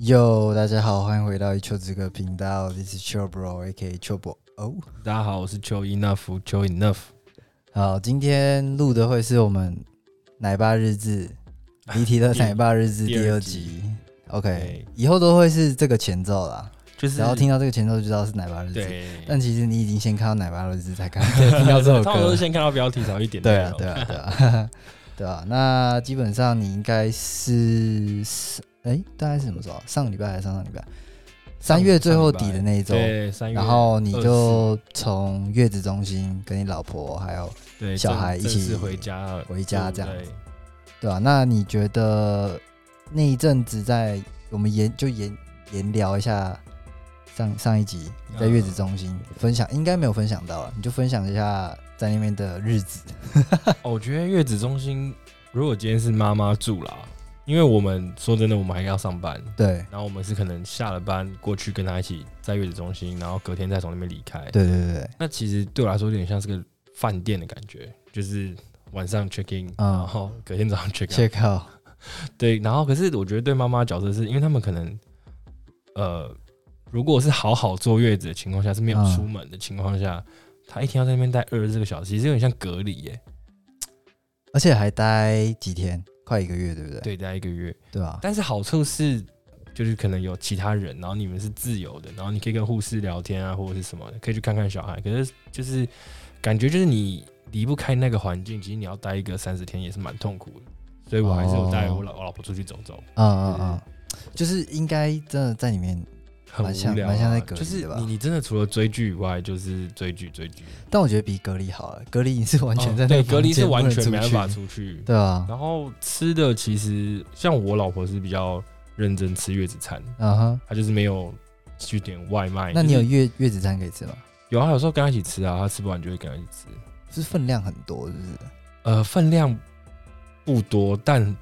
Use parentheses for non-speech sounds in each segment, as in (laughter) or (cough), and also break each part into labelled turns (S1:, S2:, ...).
S1: Yo，大家好，欢迎回到一丘之歌频道，This is Chill Bro，A.K. Chill Bro。哦，
S2: 大家好，我是 Joe Enough Joe Enough。
S1: 好，今天录的会是我们奶爸日志
S2: (laughs)
S1: 离题的
S2: 第
S1: 奶爸日志
S2: 第
S1: 第
S2: 二
S1: 二
S2: 集
S1: 集。OK，
S2: 对
S1: 以后都会是这个前奏啦，
S2: 就是
S1: 只要听到这个前奏就知道是奶爸日志。
S2: 对，
S1: 但其实你已经先看到奶爸日志才看
S2: (laughs)
S1: 才听到这首
S2: 通常都
S1: 歌
S2: 是。先看到标题，然后一点
S1: 对
S2: 内
S1: 啊，
S2: 容
S1: 对啊，对
S2: (laughs)
S1: 啊， (laughs) 对啊。那基本上你应该是哎、大概是什么时候啊？上个礼拜还是上上礼拜？三月最后底的那一周。
S2: 对三月24，
S1: 然后你就从月子中心跟你老婆还有
S2: 对
S1: 小
S2: 正
S1: 孩一
S2: 正
S1: 起
S2: 式回家
S1: 回家这样
S2: 对
S1: 子，对吧、那你觉得那一阵子在我们研就研研聊一下上上一集你在月子中心
S2: 啊
S1: 分享，应该没有分享到了，啊你就分享一下在那边的日子。 (laughs)
S2: 哦，我觉得月子中心，如果今天是妈妈住啦，因为我们说真的，我们还要上班，
S1: 对，
S2: 然后我们是可能下了班过去跟他一起在月子中心，然后隔天再从那边离开。
S1: 对对对对，
S2: 那其实对我来说有点像是个饭店的感觉，就是晚上 check in，、
S1: 嗯
S2: 然后隔天早上 check out。
S1: 切靠，
S2: 对，然后可是我觉得对妈妈的角色是因为他们可能，呃，如果是好好坐月子的情况下是没有
S1: 嗯
S2: 出门的情况下，她一天要在那边待二十四个小时，其实有点像隔离耶，
S1: 而且还待几天，快一个月，对不对？
S2: 对，待一个月。
S1: 对吧？
S2: 但是好处是，就是可能有其他人，然后你们是自由的，然后你可以跟护士聊天啊，或者是什么的，可以去看看小孩。可是就是感觉就是你离不开那个环境，其实你要待一个三十天也是蛮痛苦的。所以我还是有
S1: 哦
S2: 带我老、我老婆出去走走，
S1: 嗯嗯嗯，就是应该真的在里面
S2: 很
S1: 蛮
S2: 无
S1: 像
S2: 聊、啊，
S1: 蛮像在隔离
S2: 就是
S1: 的吧
S2: 你你真的除了追剧以外，就是追剧追剧，
S1: 但我觉得比隔离好了，隔离你是完全在
S2: 哦
S1: 那
S2: 对
S1: 个
S2: 隔离
S1: 房间
S2: 是完
S1: 不能
S2: 全没办法
S1: 去，
S2: 出去。
S1: 对啊，
S2: 然后吃的其实像我老婆是比较认真吃月子餐，
S1: 嗯哼，
S2: 她就是没有去点外卖。
S1: 那你
S2: 就
S1: 有
S2: 是
S1: 月月子餐可以吃吗？
S2: 有啊？有时候跟她一起吃啊，她吃不完就会跟她一起吃。
S1: 就是分量很多，是不是？
S2: 呃，分量不多，但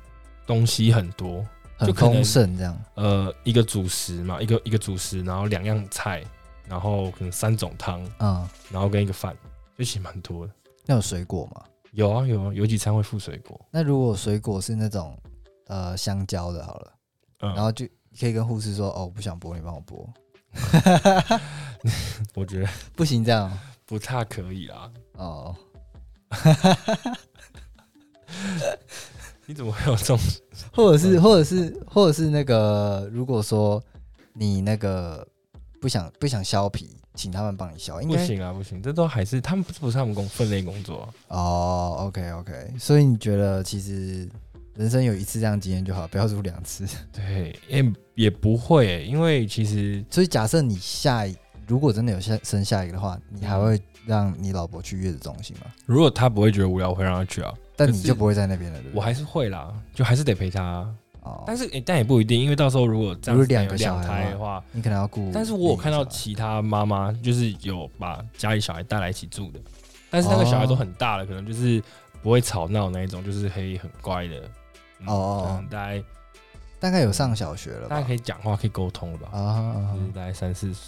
S2: 东西很多。
S1: 很
S2: 就可能
S1: 丰盛这样。
S2: 呃，一个主食嘛，一个一个主食，然后两样菜，然后可能三种汤，
S1: 嗯，
S2: 然后跟一个饭，就其实蛮多的。
S1: 那有水果吗？
S2: 有啊有啊，有几餐会附水果，
S1: 那如果水果是那种呃香蕉的，好了，
S2: 嗯，
S1: 然后就可以跟护士说哦，我不想剥，你帮我剥。
S2: 我觉得
S1: 不行这样
S2: 不太可以啊
S1: (laughs)
S2: 啦。
S1: 哦，
S2: 你怎么会有这种？
S1: 或者是
S2: 嗯
S1: 或者是或者是那个，如果说你那个不想不想削皮，请他们帮你削，应
S2: 不
S1: 该
S2: 行啊，不行，这都还是他们不是他们工分内工作啊、
S1: 哦，OK OK，所以你觉得其实人生有一次这样经验就好，不要出两次。 (laughs)
S2: 对，也也不会欸、因为其实
S1: 所以假设你下一如果真的有下生下一个的话，你还会让你老婆去月子中心吗？
S2: 如果他不会觉得无聊，我会让他去啊。
S1: 但
S2: 可
S1: 你
S2: 是
S1: 就不会在那边了，对不对？
S2: 我还是会啦，就还是得陪他啊、
S1: 哦，
S2: 但是、欸但也不一定，因为到时候如果这
S1: 如果
S2: 样子
S1: 两
S2: 有
S1: 个小
S2: 两
S1: 孩的
S2: 胎的话，
S1: 你可能要顾。
S2: 但是我有看到其他妈妈就是有把家里小孩带来一起住的，但是那个小孩都很大了，可能就是不会吵闹那一种，就是可以很乖的。嗯
S1: 哦哦哦
S2: 可能大概
S1: 大概有上小学了吧？
S2: 大家可以嗯讲话，可以沟通了吧？
S1: 啊啊
S2: 就是大概三四十，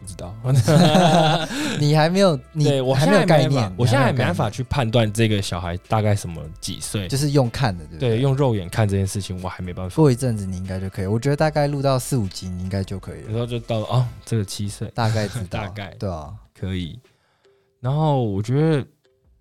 S2: 不知 (laughs) 道。
S1: 啊，你还没有，你
S2: 对我
S1: 还
S2: 现
S1: 没有
S2: 在
S1: 概
S2: 没办
S1: 念
S2: 法，我现在还没办，
S1: 你
S2: 法
S1: 有概
S2: 去判断这个小孩大概什么几岁
S1: 念就。是用看的，对不
S2: 对，用肉眼看这件事情，我还没办法。
S1: 过一阵子你应该就可以，我觉得大概录到四五集你应该就可以
S2: 有
S1: 了，
S2: 时候就到了哦，这个七岁
S1: 大概知道，
S2: (laughs) 大概
S1: 对啊，
S2: 可以。然后我觉得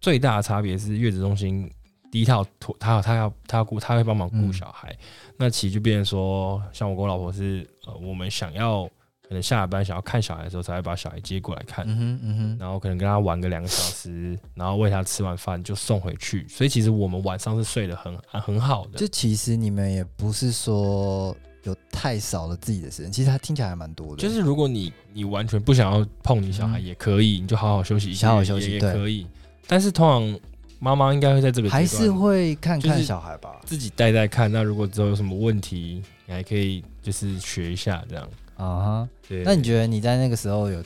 S2: 最大的差别是月子中心，第一套托他他要他要顾他会帮忙顾
S1: 嗯
S2: 小孩，那其实就变成说，像我跟我老婆是呃，我们想要可能下了班想要看小孩的时候，才会把小孩接过来看。
S1: 嗯哼嗯哼，
S2: 然后可能跟他玩个两个小时，然后喂他吃完饭就送回去。所以其实我们晚上是睡得很啊很好的，
S1: 就其实你们也不是说有太少了自己的时间，其实它听起来还蛮多的。
S2: 就是如果你你完全不想要碰你小孩
S1: 嗯
S2: 也可以，你就好好休息一下，
S1: 好好休息
S2: 也也
S1: 对
S2: 可以。但是通常妈妈应该会在这个阶
S1: 还是
S2: 段
S1: 会看
S2: 就
S1: 看
S2: 是
S1: 小孩吧。
S2: 自己带带看。那如果之后有什么问题，你还可以就是学一下这样。
S1: 啊哈，
S2: 对，
S1: 那你觉
S2: 得？
S1: 得你在那个时候有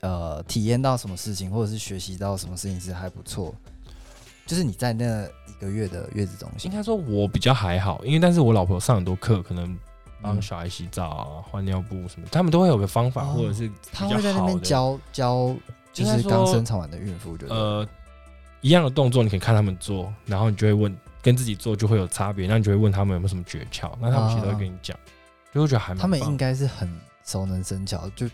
S1: 呃体验到什么事情，或者是学习到什么事情是还不错？就是你在那一个月的月子中
S2: 应
S1: 心，
S2: 该说我比较还好，因为但是我老婆上很多课，可能帮
S1: 嗯
S2: 小孩洗澡啊、换尿布什么，他们都会有个方法，
S1: 哦
S2: 或者是
S1: 他
S2: 比较
S1: 会在那
S2: 好
S1: 边
S2: 的
S1: 教教，就
S2: 应该
S1: 是
S2: 说
S1: 刚生产完的孕妇，对不对？
S2: 呃一样的动作，你可以看他们做，然后你就会问，跟自己做就会有差别，那你就会问他们有没有什么诀窍，那他们其实都会跟你讲。就会觉得还蛮
S1: 他们
S2: 棒
S1: 应该是很熟能生巧，就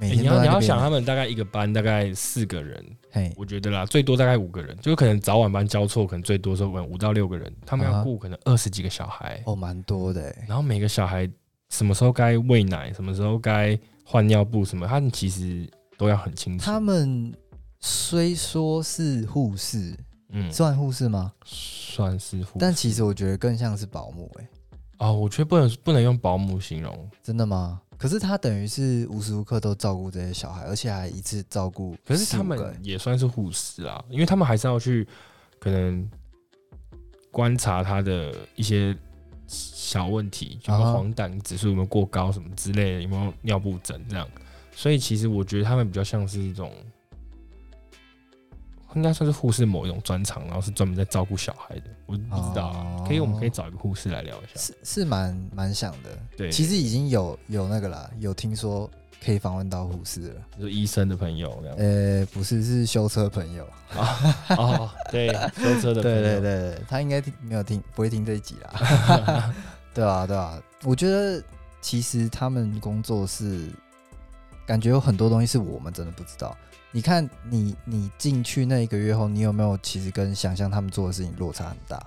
S1: 每
S2: 欸
S1: 天
S2: 你
S1: 都在
S2: 要
S1: 那
S2: 你要
S1: 边
S2: 想，他们大概一个班大概四个人，
S1: 嘿，
S2: 我觉得啦，最多大概五个人，就是可能早晚班交错，可能最多时候可能五到六个人，他们
S1: 啊
S2: 要
S1: 哈
S2: 顾可能二十几个小孩，
S1: 哦，蛮多的欸，
S2: 然后每个小孩什么时候该喂奶，什么时候该换尿布，什么他们其实都要很清楚。
S1: 他们虽说是护士，
S2: 嗯，
S1: 算护士吗？
S2: 算是护士，
S1: 但其实我觉得更像是保姆，哎，
S2: 哦，我觉得不能不能用保姆形容，
S1: 真的吗？可是他等于是无时无刻都照顾这些小孩，而且还一次照顾四五个。欸
S2: 可是他们也算是护士啊，因为他们还是要去可能观察他的一些小问题，就
S1: 啊
S2: 是
S1: 哈
S2: 黄疸指数有没有过高什么之类的，有没有尿布疹这样。所以其实我觉得他们比较像是一种，应该算是护士某一种专长，然后是专门在照顾小孩的。我不知道啊，
S1: 哦
S2: 可以我们可以找一个护士来聊一下。
S1: 是是蛮蛮想的，
S2: 对，
S1: 其实已经有有那个啦，有听说可以访问到护士了。
S2: 就是医生的朋友
S1: (laughs)
S2: 这样。
S1: 呃，不是，是修车朋友。
S2: 哦， (laughs) 对，修车的
S1: 对
S2: 朋
S1: 对对
S2: 友。
S1: 对，他应该听没有听，不会听这一集
S2: (laughs)
S1: 啦。 (laughs) 对啊，对啊，我觉得其实他们工作是感觉有很多东西是我们真的不知道。你看你，你进去那一个月后，你有没有其实跟想象他们做的事情落差很大？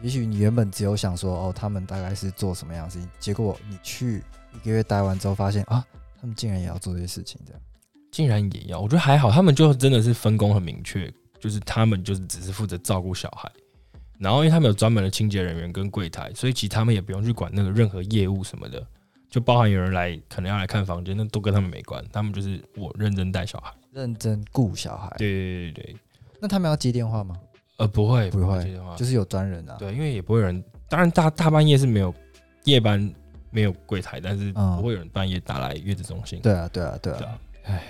S1: 也许你原本只有想说哦，他们大概是做什么样的事情，结果你去一个月待完之后，发现啊，他们竟然也要做这些事情，这样。
S2: 竟然也要，我觉得还好，他们就真的是分工很明确，就是他们就是只是负责照顾小孩，然后因为他们有专门的清洁人员跟柜台，所以其实他们也不用去管那个任何业务什么的，就包含有人来可能要来看房间，那都跟他们没关，他们就是我认真带小孩。
S1: 认真顾小孩。
S2: 对对对对对，
S1: 那他们要接电话吗？
S2: 呃，不会
S1: 不会
S2: 这些话
S1: 就是有专人啊。，
S2: 对，因为也不会有人，当然大大半夜是没有夜班没有柜台，但是
S1: 嗯
S2: 不会有人半夜打来月子中心。
S1: 对啊，对啊，对
S2: 对
S1: 啊。
S2: 啊，唉，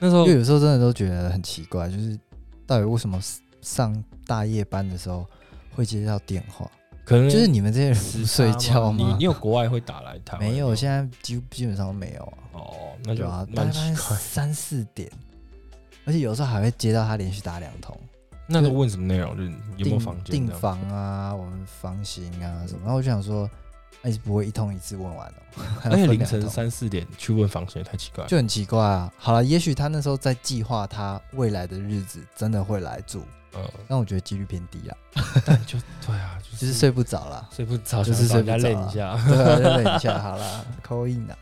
S2: 那时候
S1: 因为有时候真的都觉得很奇怪，就是到底为什么上大夜班的时候会接到电话？
S2: 可能
S1: 就是你们这些人
S2: 时
S1: 不睡
S2: 差
S1: 觉
S2: 你
S1: 吗
S2: 你？有国外会打来台湾？
S1: 没有，现在基基本上都没有啊。
S2: 哦，那
S1: 对
S2: 就
S1: 啊，大
S2: 蛮奇
S1: 概
S2: 怪。
S1: 三四点，而且有时候还会接到他连续打两通，
S2: 那都问什么内容？就是有没有
S1: 订
S2: 房间
S1: 订
S2: 这样？
S1: 房啊，我们房型啊什么。然后我就想说，那、你不会一通一次问完哦，还
S2: 而
S1: 要
S2: 且
S1: 分
S2: 凌
S1: 两
S2: 晨
S1: 通
S2: 三四点去问房间也太奇怪了。
S1: 就很奇怪啊。好了，也许他那时候在计划他未来的日子真的会来住，
S2: 嗯，
S1: 但我觉得几率偏低啊，
S2: (laughs) 但就对啊，就
S1: 就是
S2: 是
S1: 睡不着啦。 (laughs)
S2: 睡不着，
S1: 就是
S2: 想
S1: 睡
S2: 找
S1: 不
S2: 人家
S1: 着
S2: 练一下。 (laughs)
S1: 对啊，就等一下好啦，扣印啊，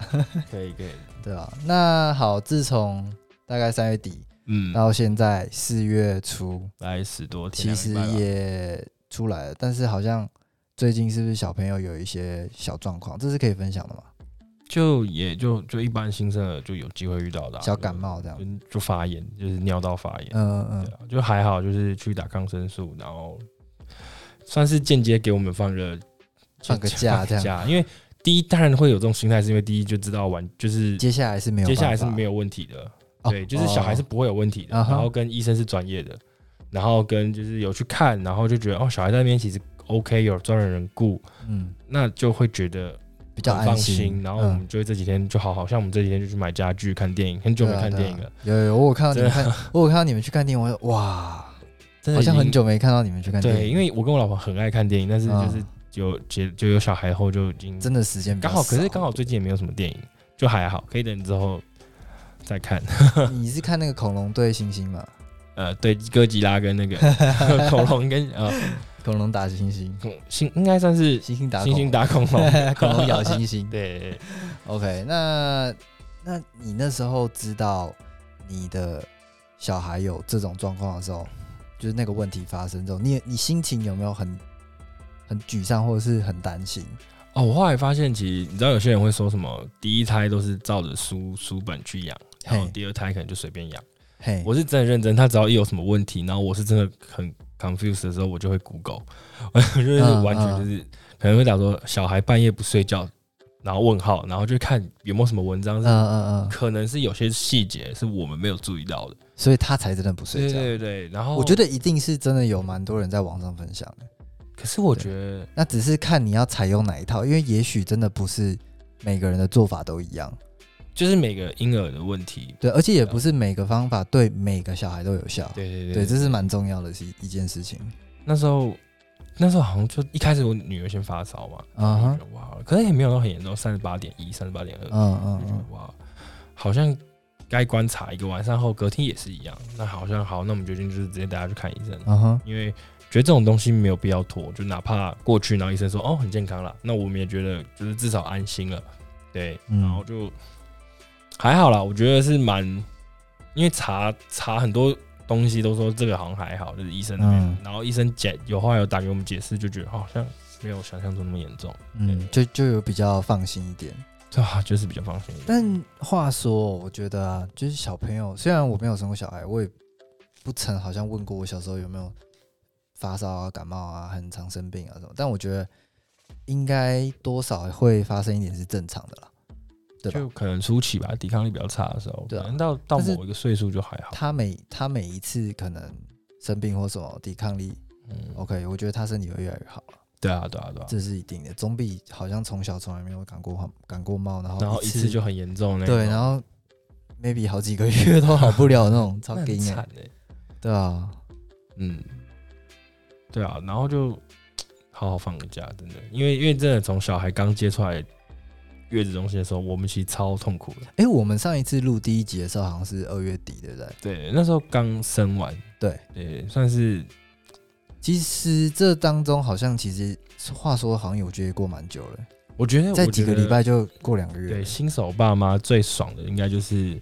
S2: 可以可以，
S1: 对啊。那好，自从大概三月底
S2: 嗯，
S1: 到现在四月初，
S2: 来十多
S1: 其
S2: 天，啊
S1: 实
S2: 两个礼拜吧
S1: 也出来了，但是好像最近是不是小朋友有一些小状况？这是可以分享的嘛？
S2: 就也就就一般新生儿就有机会遇到的啊
S1: 小感，冒这样
S2: 就，就就发炎，就是尿道发炎。
S1: 嗯
S2: 对
S1: 嗯
S2: 啊，就还好，就是去打抗生素，然后算是间接给我们放个
S1: 放个假
S2: 放
S1: 这样
S2: 假因为第一当然会有这种心态，是因为第一就知道玩就是
S1: 嗯，接下来是没有，
S2: 接下来是没
S1: 有，
S2: 有问题的，
S1: 哦
S2: 对，就是小孩是不会有问题的，
S1: 哦啊哈
S2: 然后跟医生是专业的，然后跟就是有去看，然后就觉得哦，小孩在那边其实 OK，有专人人顾，
S1: 嗯，
S2: 那就会觉得
S1: 比较
S2: 很
S1: 安
S2: 放心，然后我
S1: 嗯
S2: 们就会这几天就好好像我们这几天就去买家具、看电影，很久
S1: 对
S2: 没
S1: 啊
S2: 看
S1: 对
S2: 电影
S1: 啊
S2: 了，
S1: 有有，我有看到你们
S2: 真
S1: 看，我有看到你们去看电影，我说哇，
S2: 真的
S1: 好像
S2: 已
S1: 很
S2: 经
S1: 久没看到你们去看电影，
S2: 对，因为我跟我老婆很爱看电影，但是
S1: 啊
S2: 就是有结就有小孩后就已经
S1: 真的时间比较
S2: 刚好，可是
S1: 少
S2: 刚好 (laughs) 最近也没有什么电影，就还好，可以等之后再看。 (laughs)
S1: 你是看那个恐龙对星星嘛？
S2: 呃，对，哥吉拉跟那
S1: (laughs)
S2: 个恐龙跟呃
S1: 恐龙打星星，
S2: 恐星应该算是
S1: 星星打
S2: 星星打恐
S1: 恐
S2: 龙，
S1: 龙 (laughs) 恐龙咬星星。
S2: 对，对对
S1: OK，那那你那时候知道你的小孩有这种状况的时候，就是那个问题发生之后，你你心情有没有很很沮丧，或者是很担心？
S2: 哦，我后来发现，其实你知道有些人会说什么，第一胎都是照着书书本去养，然后
S1: 嘿
S2: 第二胎可能就随便养。
S1: 嘿，
S2: 哦我是真的认真，他只要一有什么问题，然后我是真的很 confused 的时候，我就会 Google，我 (laughs)
S1: 嗯
S2: 就是完全就是、可能会打说小孩半夜不睡觉，然后问号，然后就看有没有什么文章
S1: 嗯
S2: 是、
S1: 嗯嗯，
S2: 可能是有些细节是我们没有注意到的。
S1: 所以他才真的不睡
S2: 对
S1: 觉。
S2: 对对，然后
S1: 我觉
S2: 得，
S1: 得一定是真的有蛮多人在网上分享的，
S2: 可是我觉得
S1: 那只是看你要采用哪一套，因为也许真的不是每个人的做法都一样，
S2: 就是每个婴儿的问题，
S1: 对，而且也不是每个方法对每个小孩都有效，
S2: 对对
S1: 对，这是蛮重要的是一一件事情。
S2: 那时候那时候好像就一开始我女儿先发烧嘛，
S1: 嗯
S2: 我
S1: 哼
S2: 就觉得哇，可能也没有到很严重，三十八点一、三十八点二，
S1: 嗯
S2: 我就觉得
S1: 嗯
S2: 哇，好像该观察一个晚上后，隔天也是一样。那好像好，那我们决定就是直接带她去看医生
S1: 嗯，，嗯哼，
S2: 因为觉得这种东西没有必要拖，就哪怕过去，然后医生说哦很健康了，那我们也觉得就是至少安心了，对，
S1: 嗯
S2: 然后就还好啦，我觉得是蛮，因为查查很多东西都说这个好像还好，就是医生那边，
S1: 嗯
S2: 然后医生解有话有打给我们解释，就觉得哦好像没有想象中那么严重，
S1: 嗯，就就有比较放心一点。
S2: 对 (laughs) 啊，就是比较放心一点。
S1: 但话说，我觉得啊，就是小朋友，虽然我没有生过小孩，我也不曾好像问过我小时候有没有发烧啊、感冒啊、很常生病啊什么。但我觉得应该多少会发生一点是正常的啦，对吧？
S2: 就可能初期吧，抵抗力比较差的时候，
S1: 对啊
S2: 可能到到
S1: 但是
S2: 某一个岁数就还好。
S1: 他每他每一次可能生病或什么抵抗力
S2: 嗯，
S1: ，OK，我觉得他身体会越来越好啊
S2: 对啊，对啊，对
S1: 哦
S2: 啊。
S1: 这是一定的。总比好像从小从来没有感过感过冒，然后
S2: 然后一次就很严重那种
S1: 对，然后 maybe 好几个月都好不了那种，超
S2: 那很
S1: 给
S2: 惨
S1: 的，
S2: 哎、
S1: 对啊。
S2: 嗯，对啊，然后就好好放个假，真的，因为因为真的从小孩刚接出来月子中心的时候，我们其实超痛苦的。
S1: 哎、我们上一次录第一集的时候好像是二月底，对不对？
S2: 对，那时候刚生完，
S1: 对
S2: 对，算是
S1: 其实这当中好像其实话说好像有觉得过蛮久了，
S2: 我觉得
S1: 在
S2: 我
S1: 几
S2: 觉
S1: 个
S2: 得
S1: 礼拜就过两个月
S2: 对
S1: 了。
S2: 新手爸妈最爽的应该就是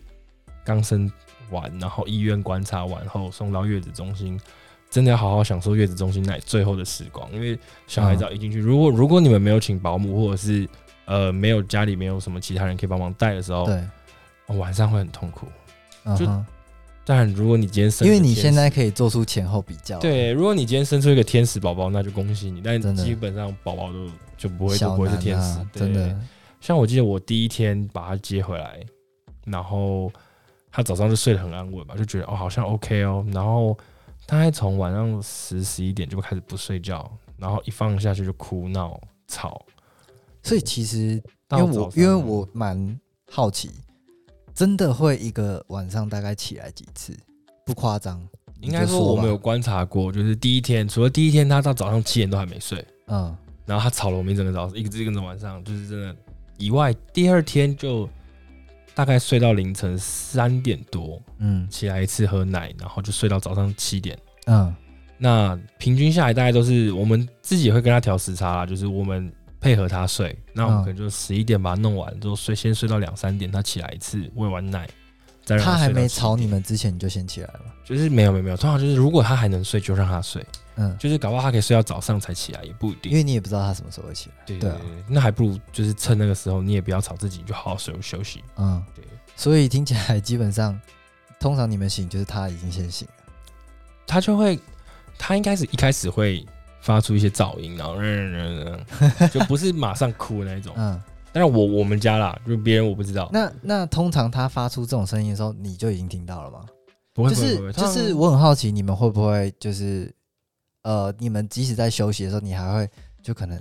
S2: 刚生完，然后医院观察完后送到月子中心，真的要好好享受月子中心那最后的时光，因为小
S1: 嗯
S2: 孩只要一进去，如果如果你们没有请保姆，或者是呃没有家里没有什么其他人可以帮忙带的时候，
S1: 对，
S2: 哦晚上会很痛苦。
S1: 嗯
S2: 就
S1: 哼，
S2: 但如果你今天生，
S1: 因为你现在。可以做出前后比较，，
S2: 对，如果你今天生出一个天使宝宝，那就恭喜你。但
S1: 真的
S2: 基本上宝宝都就不会都
S1: 小
S2: 不会是
S1: 南
S2: 天使
S1: 啊，，
S2: 对
S1: 真的，
S2: 像我记得我第一天把他接回来，然后他早上就睡得很安稳嘛，就觉得哦好像 OK 哦，然后他还从晚上十十一点就开始不睡觉，然后一放下去就哭闹吵，
S1: 所以其实因
S2: 到
S1: 为我
S2: 早上
S1: 因为我蛮好奇，真的会一个晚上大概起来几次，不夸张，
S2: 应该
S1: 你就
S2: 说
S1: 说
S2: 我
S1: 吧
S2: 们有观察过，就是第一天除了第一天他到早上七点都还没睡，
S1: 嗯，
S2: 然后他吵了我们一整个早一个一个晚上，就是真的以外，第二天就大概睡到凌晨三点多
S1: 嗯
S2: 起来一次喝奶，然后就睡到早上七点。
S1: 嗯
S2: 那平均下来大概都是我们自己也会跟他调时差啦，就是我们配合他睡，那我
S1: 嗯
S2: 们可能就十一点把他弄完之后睡，先睡到两三点，他起来一次喂完奶，再让
S1: 他还
S2: 睡到
S1: 没
S2: 7
S1: 吵你
S2: 点，
S1: 们之前你就先起来了，
S2: 就是没有没有没有，通常就是如果他还能睡就让他睡，
S1: 嗯，
S2: 就是搞不好他可以睡到早上才起来也不一定，
S1: 因为你也不知道他什么时候会起来，
S2: 对
S1: 对
S2: 对
S1: 啊
S2: 对，对那还不如就是趁那个时候你也不要吵自己，你就好好休休息，
S1: 嗯，
S2: 对，
S1: 所以听起来基本上，通常你们醒就是他已经先醒了，
S2: 他就会他应该是一开始会发出一些噪音，然后嗯就不是马上哭那一种。
S1: 嗯，
S2: 但是我我们家啦，就别人我不知道。
S1: 那那通常他发出这种声音的时候，你就已经听到了吗？
S2: 不会，
S1: 就
S2: 不会
S1: 是
S2: 不会
S1: 就是，我很好奇，你们会不会就是呃，你们即使在休息的时候，你还会就可能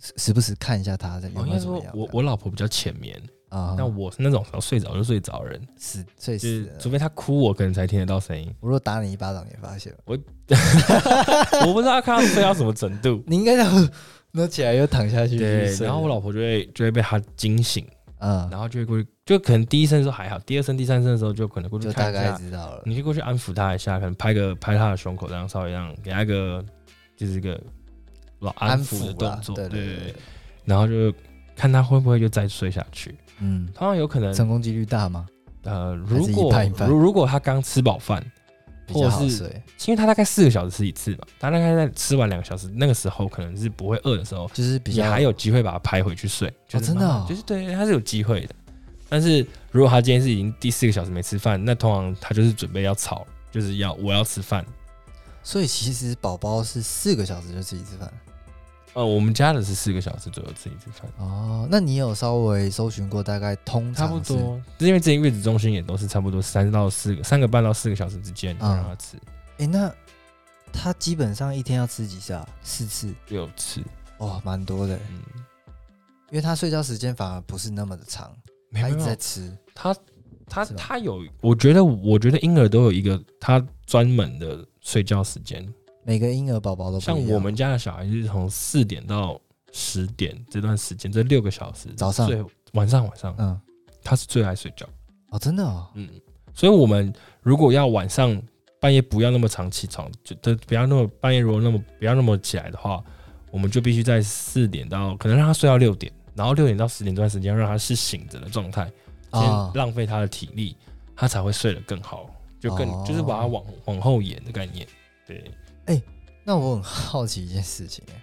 S1: 时时不时看一下他在有
S2: 哦我应
S1: 没有
S2: 该
S1: 怎
S2: 说
S1: 么样？
S2: 我我老婆比较浅眠，
S1: 啊，
S2: 但我是那种只要睡着就睡着的人，
S1: 死最
S2: 就
S1: 死
S2: 是
S1: 了，
S2: 除非她哭，我可能才听得到声
S1: (laughs)
S2: 音。
S1: 我若打你一巴掌，你也发现了，。
S2: 我不知道她看到睡到什么程度
S1: (laughs) 你应该要那起来又躺下去，
S2: 对，然后我老婆就会就会被她惊醒，
S1: 嗯，
S2: 然后就会过去，就可能第一声的时候还好，第二声、第三声的时候就可能过去
S1: 就大
S2: 看一
S1: 概
S2: 下，
S1: 知道了，
S2: 你就过去安抚她一下，可能拍个拍她的胸口，这样稍微让给她一个就是一个老安抚的
S1: 抚啦
S2: 动作，
S1: 对
S2: 对
S1: 对，，
S2: 然后就看她会不会就再睡下去。
S1: 嗯，
S2: 通常有可能
S1: 成功几率大吗？
S2: 呃，
S1: 还
S2: 如
S1: 是一
S2: 果
S1: 半一半
S2: 如如果他刚吃饱饭，
S1: 比较
S2: 或
S1: 好
S2: 是
S1: 睡，
S2: 因为他大概四个小时吃一次嘛，他大概在吃完两个小时那个时候，可能是不会饿的时候，
S1: 就是比
S2: 你
S1: 较
S2: 还有机会把它拍回去睡，就是
S1: 真的
S2: 慢慢
S1: 哦
S2: 就是对，他是有机会的。但是如果他今天是已经第四个小时没吃饭，那通常他就是准备要吵了，就是要我要吃饭。
S1: 所以其实宝宝是四个小时就吃一次饭
S2: 呃，我们家的是四个小时左右吃一次饭，
S1: 哦。那你有稍微搜寻过大概通
S2: 差不
S1: 常是
S2: 多。因为之前月子中心也都是差不多三到四个，三个半到四个小时之间，就
S1: 嗯
S2: 让他吃
S1: 诶，那他基本上一天要吃几下？四次，
S2: 六次，
S1: 哇，蛮多的。
S2: 嗯，
S1: 因为他睡觉时间反而不是那么的长，
S2: 没有
S1: 他一直
S2: 没有
S1: 在吃。
S2: 他他
S1: 是吧
S2: 他有，我觉得我觉得婴儿都有一个他专门的睡觉时间，
S1: 每个婴儿宝宝都不一
S2: 像
S1: 样
S2: 我们家的小孩就是从四点到十点这段时间，这六个小时，
S1: 早上
S2: 最晚上晚上，
S1: 嗯
S2: 他是最爱睡觉。
S1: 哦，真的哦，
S2: 嗯，所以我们如果要晚上半夜不要那么常起床，就就不要那么半夜如果那么不要那么起来的话，我们就必须在四点到可能让他睡到六点，然后六点到十点这段时间让他是醒着的状态，
S1: 哦
S2: 先浪费他的体力，他才会睡得更好，就更、
S1: 哦
S2: 就是把它往往后延的概念。对，
S1: 那我很好奇一件事情欸，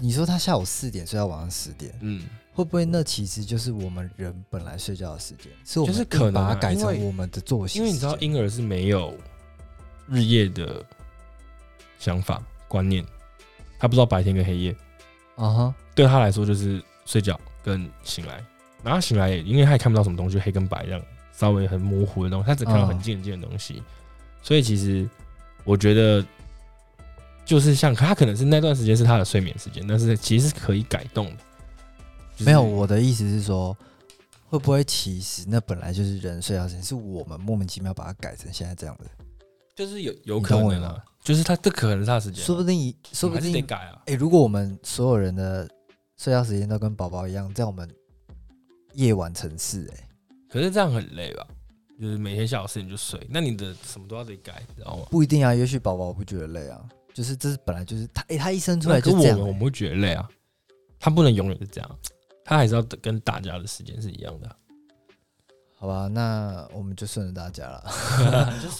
S1: 你说他下午四点睡到晚上十点，
S2: 嗯，
S1: 会不会那其实就是我们人本来睡觉的时间，是我们
S2: 就是可能啊
S1: 把它改
S2: 因为
S1: 成我们的作息时间？
S2: 因为你知道婴儿是没有日夜的想法观念，他不知道白天跟黑夜。
S1: 啊哈，
S2: 对他来说就是睡觉跟醒来，然后他醒来也因为他也看不到什么东西，黑跟白这样稍微很模糊的东西，他只看到很近很近的东
S1: 哦
S2: 西，所以其实我觉得就是像他可能是那段时间是他的睡眠时间，但是其实是可以改动的。就是
S1: 没有，我的意思是说，会不会其实那本来就是人睡觉时间，是我们莫名其妙把它改成现在这样的？
S2: 就是有有可
S1: 你
S2: 能
S1: 懂我意思
S2: 啊
S1: 吗，
S2: 就是他这可能是他的时间啊，
S1: 说不定，说不
S2: 还是得
S1: 定，
S2: 改啊。
S1: 哎、如果我们所有人的睡觉时间都跟宝宝一样，这样我们夜晚城市、哎，
S2: 可是这样很累吧？就是每天下午四点就睡，那你的什么都要得改，你知道吗？
S1: 不一定啊，也许宝宝不觉得累啊，就是这是本来就是他，哎、他一生出
S2: 那
S1: 来
S2: 跟
S1: 就
S2: 我
S1: 这样、
S2: 们
S1: 哎
S2: 我们会觉得累啊，他不能永远是这样，他还是要跟大家的时间是一样的啊。
S1: 好吧，那我们就顺着大家 (laughs) 了。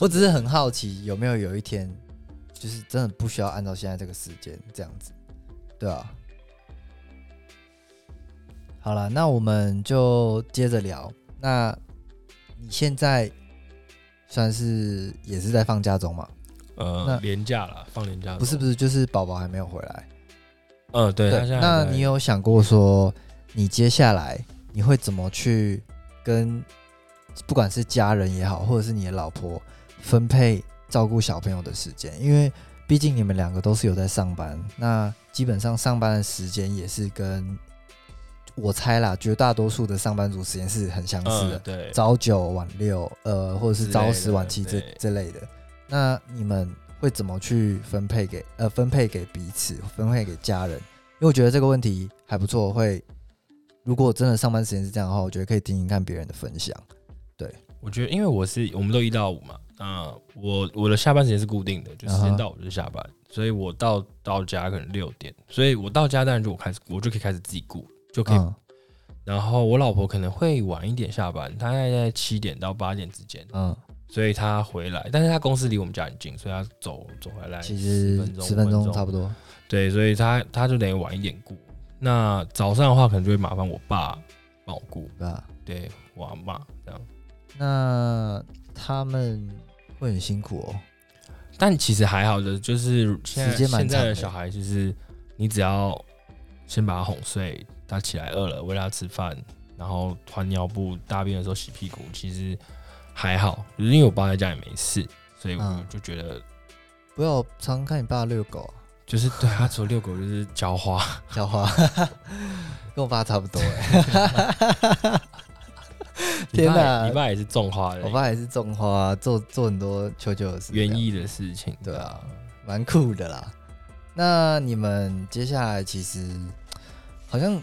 S1: 我只是很好奇，有没有有一天，就是真的不需要按照现在这个时间这样子，对啊。好了，那我们就接着聊。那你现在算是也是在放假中嘛？那
S2: 呃，年假啦，放年假
S1: 不是不
S2: 是，
S1: 是，就是宝宝还没有回来。
S2: 嗯，对，他现在
S1: 那
S2: 还在
S1: 你有想过说，你接下来你会怎么去跟不管是家人也好，或者是你的老婆分配照顾小朋友的时间？因为毕竟你们两个都是有在上班，那基本上上班的时间也是跟我猜啦，绝大多数的上班族时间是很相似的
S2: 嗯，，对，
S1: 早九晚六，呃，或者是
S2: 之
S1: 早
S2: 类
S1: 十
S2: 的
S1: 晚七这
S2: 对
S1: 这类的。那你们会怎么去分配给呃分配给彼此，分配给家人？因为我觉得这个问题还不错，会如果真的上班时间是这样的话，我觉得可以听听看别人的分享。
S2: 我觉得因为我是我们都一到五嘛，嗯，我我的下班时间是固定的，就时
S1: 啊哈
S2: 间到我就下班，所以我到到家可能六点，所以我到家当然就我开始我就可以开始自己顾，就可以。
S1: 嗯
S2: 然后我老婆可能会晚一点下班，她大概在七点到八点之间，
S1: 嗯，
S2: 所以他回来，但是他公司离我们家很近，所以他走走回来
S1: 其实
S2: 哎分钟
S1: 十分
S2: 五
S1: 钟
S2: 分钟
S1: 差不多。
S2: 对，所以他他就等于晚一点顾。那早上的话，可能就会麻烦我爸帮我顾，
S1: 对吧？
S2: 对我阿妈这样。
S1: 那他们会很辛苦哦。
S2: 但其实还好的，就是现在
S1: 时间蛮
S2: 现在
S1: 长的
S2: 的小孩，就是你只要先把他哄睡，他起来饿了，喂他吃饭，然后换尿布、大便的时候洗屁股，其实还好。就是因为我爸在家也没事，所以我
S1: 嗯
S2: 就觉得，
S1: 不要常看你爸遛狗、
S2: (laughs)
S1: 啊，
S2: 就是对他除了遛狗就是浇花，
S1: (laughs) 笑话，跟我爸差不多哎。天哪
S2: 哪！你爸也是种花的，
S1: 我爸也是种花，啊做做很多球球的事，
S2: 园艺的事情，
S1: 对啊，蛮酷的啦。那你们接下来其实好像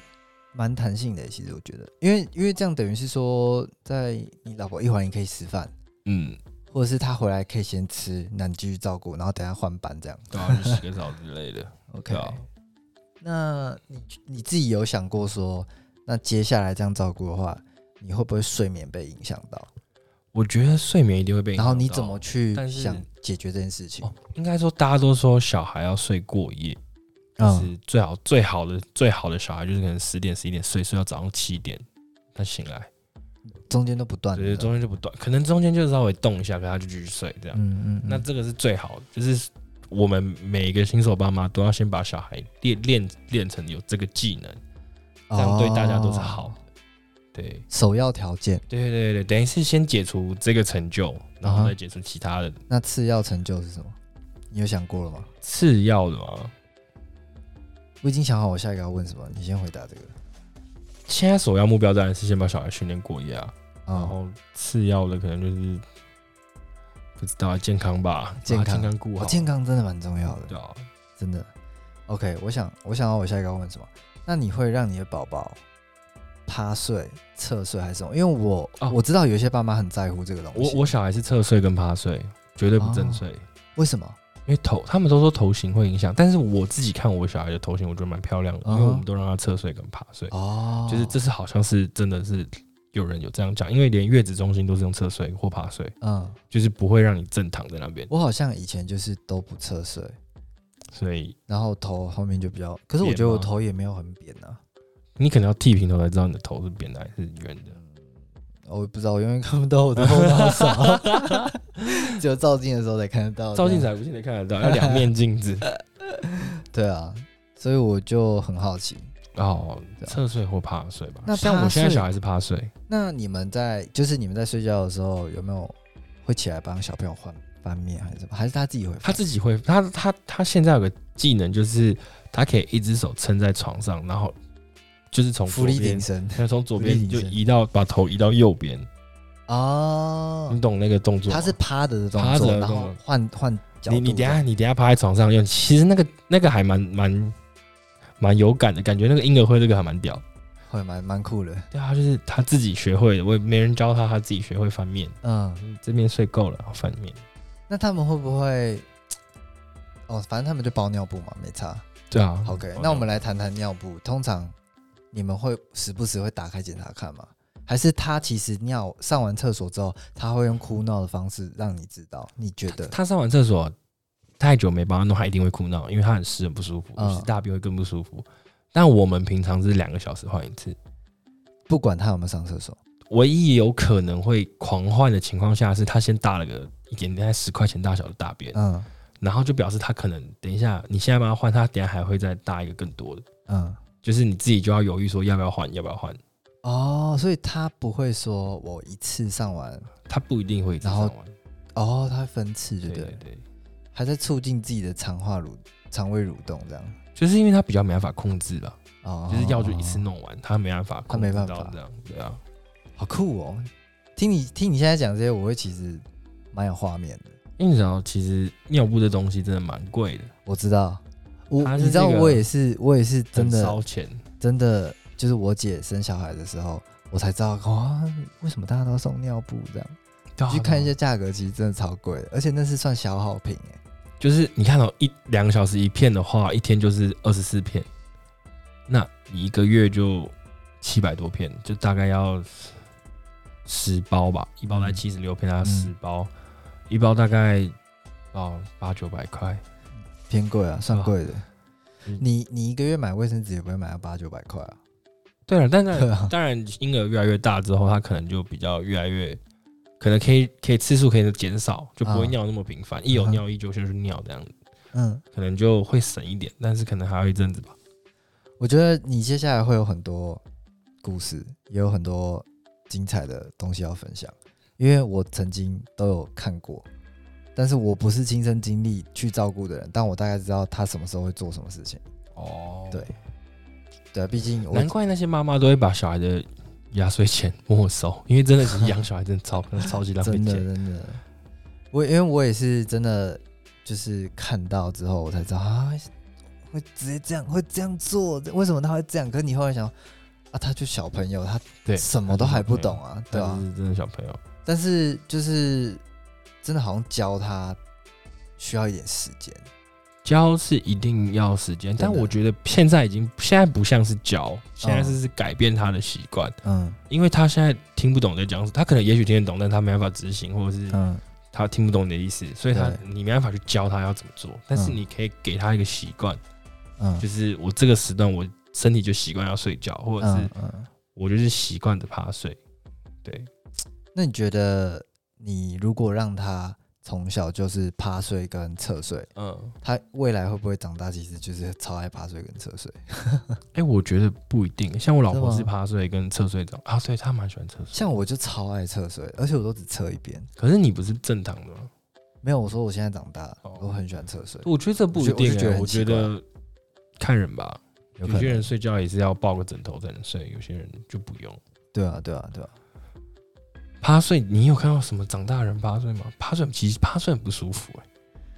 S1: 蛮弹性的，其实我觉得，因为因为这样等于是说，在你老婆一会儿你可以吃饭，
S2: 嗯，
S1: 或者是她回来可以先吃，那你继续照顾，然后等下换班这样。
S2: 对 (laughs) 啊，就洗个澡之类的，
S1: OK，、
S2: 对啊，
S1: 那你你自己有想过说，那接下来这样照顾的话，你会不会睡眠被影响到？
S2: 我觉得睡眠一定会被影
S1: 然
S2: 响到，
S1: 后你怎么去
S2: 但是
S1: 想解决这件事情？嗯
S2: 哦？应该说大家都说小孩要睡过夜，
S1: 嗯
S2: 就是最好最好的最好的小孩就是可能十点十一点睡，睡到早上七点。他醒来，
S1: 中间都不断的，
S2: 对，中间就不断，可能中间就稍微动一下，可他就继续睡这样。
S1: 嗯嗯，
S2: 那这个是最好的，就是我们每一个新手爸妈都要先把小孩练练练成有这个技能，
S1: 这
S2: 这样对大家都是好的。
S1: 哦
S2: 对，
S1: 首要条件，
S2: 对对对，等于是先解除这个成就，然
S1: 啊
S2: 后
S1: 哈
S2: 再解除其他的
S1: 那次要成就是什么？你有想过了吗？
S2: 次要的嘛。
S1: 我已经想好我下一个要问什么，你先回答这个。啊
S2: 现在首要目标当
S1: 啊
S2: 然是先把小孩训练过夜啊，然
S1: 哦，
S2: 后次要的可能就是不知道健康吧，
S1: 健
S2: 把
S1: 康
S2: 健康顾好，
S1: 哦健康真的蛮重要的，
S2: 对啊，
S1: 真的。OK，我想，我想要我下一个要问什么？那你会让你的宝宝趴睡、侧睡还是什么？因为我、
S2: 哦
S1: 我知道有一些爸妈很在乎这个东
S2: 我
S1: 西。
S2: 我小孩是侧睡跟趴睡，绝对不正睡，
S1: 为什么？
S2: 因为头他们都说头型会影响，但是我自己看我小孩的头型，我觉得蛮漂亮的，因为
S1: 嗯哼
S2: 我们都让他侧睡跟趴睡，
S1: 哦，
S2: 就是这是好像是真的是有人有这样讲，因为连月子中心都是用侧睡或趴睡，
S1: 嗯，
S2: 就是不会让你正躺在那边，
S1: 我好像以前就是都不侧睡，
S2: 所以
S1: 然后头后面就比较，可是我
S2: 扁
S1: 觉得我
S2: 吗
S1: 头也没有很扁啊，
S2: 你可能要剃平头才知道你的头是扁的还是圆的。
S1: 我也不知道，我永远看不到我的后脑勺，
S2: (laughs)
S1: 只有照镜的时候才看得到。
S2: 照镜子还不见得看得啊
S1: (laughs)
S2: 到，要两面镜子。
S1: 对啊，所以我就很好奇，
S2: 哦
S1: 对，啊
S2: 侧睡或趴睡吧。
S1: 那
S2: 像
S1: 趴
S2: 我现在
S1: 睡
S2: 小孩是趴睡，
S1: 那你们在就是你们在睡觉的时候有没有会起来帮小朋友换翻面还是什么？还是他自己会翻？
S2: 他自己会，他他他现在有个技能，就是他可以一只手撑在床上，然后就是从
S1: 浮
S2: 左
S1: 力挺
S2: 边，
S1: 身
S2: 他从左
S1: 浮力
S2: 边
S1: 挺
S2: 就
S1: 身
S2: 移到把头移到右边，
S1: 哦
S2: 你，懂那个动作吗？
S1: 他是趴着的动
S2: 嗯趴着
S1: 作，
S2: 的
S1: 然
S2: 动
S1: 后
S2: 作
S1: 换换角度。
S2: 你你等一下你等一下趴在床上用，其实那个那个还蛮蛮蛮有感的感觉，那个婴儿会这个还蛮屌。
S1: 会蛮蛮酷的，
S2: 对啊，他就是他自己学会的，我也没人教他，他自己学会翻面，
S1: 嗯。
S2: 这边睡够了然后翻面。
S1: 那他们会不会？哦，反正他们就包尿布嘛，没差。
S2: 对啊
S1: OK，那我们来谈谈尿布。通常你们会时不时会打开检查看吗？还是他其实尿上完厕所之后，他会用哭闹的方式让你知道？你觉得？
S2: 他上完厕所太久没帮他弄，他一定会哭闹，因为他很湿很不舒服，
S1: 嗯
S2: 尤其是大便会更不舒服。但我们平常是两个小时换一次，
S1: 不管他有没有上厕所，
S2: 唯一有可能会狂换的情况下是，他先大了个一点点，十块钱大小的大便，
S1: 嗯
S2: 然后就表示他可能等一下你现在帮他换，他等一下还会再大一个更多的，
S1: 嗯，
S2: 就是你自己就要犹豫说要不要换，要不要换。
S1: 哦，所以他不会说我一次上完，
S2: 他不一定会一直
S1: 然
S2: 上
S1: 后
S2: 完，
S1: 哦，他会分次，对
S2: 对
S1: 不对？
S2: 对对，
S1: 还在促进自己的肠化蠕、肠胃蠕动这样。
S2: 就是因为他比较没办法控制了，
S1: 哦，
S2: 就是药就一次弄完，他没办法控制
S1: 没办
S2: 到
S1: 法
S2: 这样，对啊，
S1: 好酷哦！听你听你现在讲这些，我会其实蛮有画面的。
S2: 因为你知道，其实尿布这东西真的蛮贵的，
S1: 我知道，我、
S2: 它是
S1: 你知道
S2: 这个
S1: 我也是我也是真
S2: 很
S1: 的
S2: 烧钱。
S1: 真的就是我姐生小孩的时候，我才知道哇，为什么大家都送尿布这样？
S2: 对啊
S1: 去看一，
S2: 对
S1: 下
S2: 啊
S1: 价格，其实真的超贵的，而且那是算消耗品哎、
S2: 就是你看哦，一两个小时一片的话，一天就是二十四片，那你一个月就七百多片，就大概要十包吧，一包大概
S1: 嗯
S2: 七十六片，大概
S1: 嗯
S2: 十包，一包大概哦八九百块，
S1: 偏贵啊，算
S2: 对啊
S1: 贵的。
S2: 嗯
S1: 你你一个月买卫生纸也不会买到八九百块啊，
S2: 对了，但是
S1: 对啊，
S2: 当然，婴儿越来越大之后，他可能就比较越来越，可能可以可以次数可以减少，就不会
S1: 啊
S2: 尿那么频繁，一有尿意就先去尿这样子，
S1: (laughs) 嗯，
S2: 可能就会省一点，但是可能还要一阵子吧。
S1: 我觉得你接下来会有很多故事，也有很多精彩的东西要分享，因为我曾经都有看过，但是我不是亲身经历去照顾的人，但我大概知道他什么时候会做什么事情。
S2: 哦
S1: 对，对啊，毕竟我
S2: 难怪那些妈妈都会把小孩的压岁钱没收，因为真的是养小孩真的超超级浪费
S1: 真的
S2: 钱。
S1: 真的，我因为我也是真的就是看到之后我才知道啊，会直接这样会这样做，为什么他会这样？可是你后来想啊，他就小朋友，他
S2: 对，
S1: 什么都还不懂啊，对
S2: 对
S1: 啊
S2: 啊，。真的小朋友。
S1: 但是就是真的好像教他需要一点时间，
S2: 教是一定要时间，但
S1: 真的
S2: 我觉得现在已经现在不像是教，现在是是改变他的习惯。
S1: 嗯
S2: 因为他现在听不懂在讲什么，他可能也许听得懂，但他没办法执行，或者是
S1: 嗯
S2: 他听不懂你的意思，所以他
S1: 对
S2: 你没办法去教他要怎么做。但是
S1: 嗯
S2: 你可以给他一个习惯，
S1: 嗯，
S2: 就是我这个时段我身体就习惯要睡觉，或者是
S1: 嗯嗯。
S2: 我就是习惯的趴睡。对，
S1: 那你觉得你如果让他从小就是趴睡跟侧睡，
S2: 嗯，
S1: 他未来会不会长大其实就是超爱趴睡跟侧睡？
S2: 哎，我觉得不一定，像我老婆
S1: 真
S2: 是
S1: 的吗
S2: 趴睡跟侧睡长啊，对她蛮喜欢侧睡。
S1: 像我就超爱侧睡，而且我都只侧一边。
S2: 可是你不是正躺的吗？
S1: 没有，我说我现在长大了，
S2: 哦
S1: 我很喜欢侧睡，
S2: 我觉得这不一
S1: 我
S2: 定
S1: 是觉得
S2: 欸，
S1: 很
S2: 我觉
S1: 奇怪
S2: 得看人吧。
S1: 有
S2: 有
S1: 可
S2: 些人
S1: 能。
S2: 睡觉也是要抱个枕头才能睡，有些人就不用。
S1: 对啊，对啊，对啊。
S2: 趴睡，你有看到什么长大人趴睡吗？趴睡其实趴睡很不舒服、欸，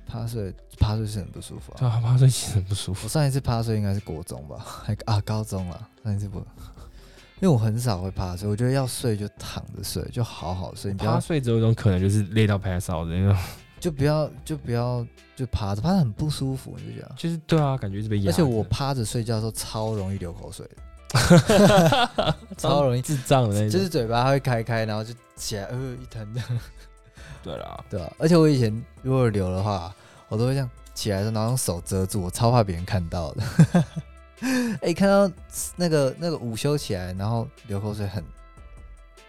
S1: 趴睡趴睡是很不舒服啊。
S2: 对啊，趴睡其实很不舒服
S1: 我。上一次趴睡应该是国中吧，还啊高中了。上一次不，因为我很少会趴睡，我觉得要睡就躺着睡，就好好睡，你不
S2: 趴
S1: 要
S2: 睡只有一种可能就是累到拍烧的那种，
S1: 就不要就不要就趴着，趴着很不舒服，你就觉得。
S2: 就是对啊，感觉是被压
S1: 而
S2: 着。
S1: 且我趴着睡觉的时候超容易流口水的，超
S2: 超 (laughs)
S1: 容易
S2: 智障的那种，
S1: 就是嘴巴会开开，然后就起来呃一疼，
S2: 对啦，
S1: 对啊。而且我以前如果流的话，我都会这样起来的时候，然后用手遮住，我超怕别人看到的。 (laughs) 哎、看到那个那个午休起来，然后流口水很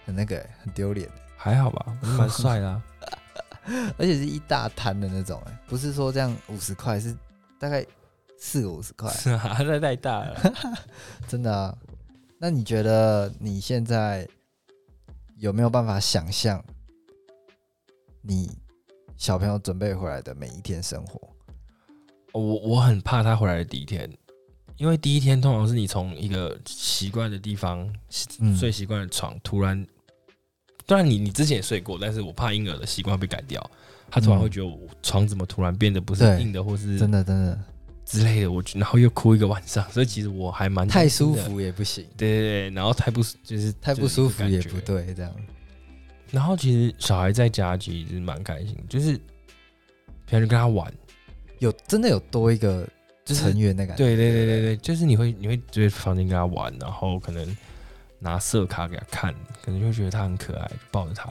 S1: 很那个、欸很丢脸，
S2: 还好吧，
S1: 嗯
S2: 我觉得蛮帅的、啊。
S1: 而且是一大滩的那种、欸，不是说这样五十块，是大概四五十块，
S2: (laughs) 是啊，那太大了。
S1: 真的啊。那你觉得你现在有没有办法想象你小朋友准备回来的每一天生活？
S2: 我我很怕他回来的第一天，因为第一天通常是你从一个习惯的地方、
S1: 嗯
S2: 睡习惯的床，突然，当然你你之前也睡过，但是我怕婴儿的习惯被改掉，他突然
S1: 嗯
S2: 会觉得我床怎么突然变得不是
S1: 对
S2: 硬的，或是
S1: 真的真的
S2: 之类的，我就然后又哭一个晚上，所以其实我还蛮
S1: 太
S2: 担心
S1: 舒
S2: 的。
S1: 服也不行，
S2: 对对对，然后太不就是
S1: 太不
S2: 就是一
S1: 舒
S2: 个
S1: 服
S2: 感
S1: 也
S2: 觉
S1: 不对，这样
S2: 然后其实小孩在家其实蛮开心，就是平常就跟他玩，
S1: 有真的有多一个
S2: 就是
S1: 成员的感觉。
S2: 对对对对对，就是你会你会觉得房间跟他玩，然后可能拿色卡给他看，可能就会觉得他很可爱，就抱着他。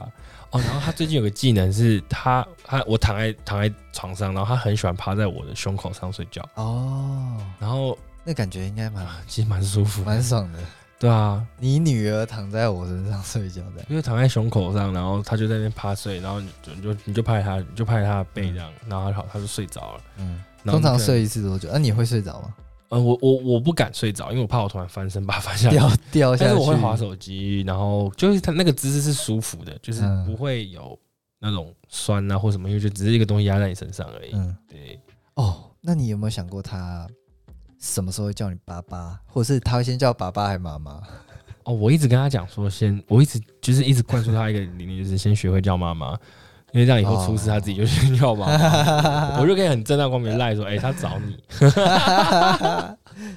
S2: 哦，然后他最近有个技能是他他我躺在躺在床上，然后他很喜欢趴在我的胸口上睡觉，
S1: 哦，
S2: 然后啊
S1: 那感觉应该蛮
S2: (laughs) 其实蛮舒服的。
S1: 蛮爽的。
S2: 对啊，
S1: 你女儿躺在我身上睡觉这样，
S2: 因为躺在胸口上，然后他就在那边趴睡，然后你就你就你就拍他，你就拍他的背这样，然后他好他就睡着了。
S1: 嗯，
S2: 然
S1: 通
S2: 后你
S1: 常
S2: 可能
S1: 睡一次多久？啊那、你会睡着
S2: (laughs)
S1: 吗？
S2: 呃，我我我不敢睡着，因为我怕我突然翻身把它翻下来。
S1: 掉掉下
S2: 但
S1: 去，
S2: 是我会划手机，然后就是它那个姿势是舒服的，就是
S1: 嗯
S2: 不会有那种酸啊或什么，因为就只是一个东西压在你身上而已。
S1: 嗯，
S2: 对，
S1: 哦，那你有没有想过他什么时候会叫你爸爸，或者是他会先叫爸爸还妈妈？ (laughs)
S2: 哦，我一直跟他讲说先，我一直就是一直灌输他一个理念，就是先学会叫妈妈，因为这样以后出事
S1: 哦
S2: 他自己就先叫妈
S1: (laughs)
S2: 妈，我就可以很正大光明地赖说，哎、他找你，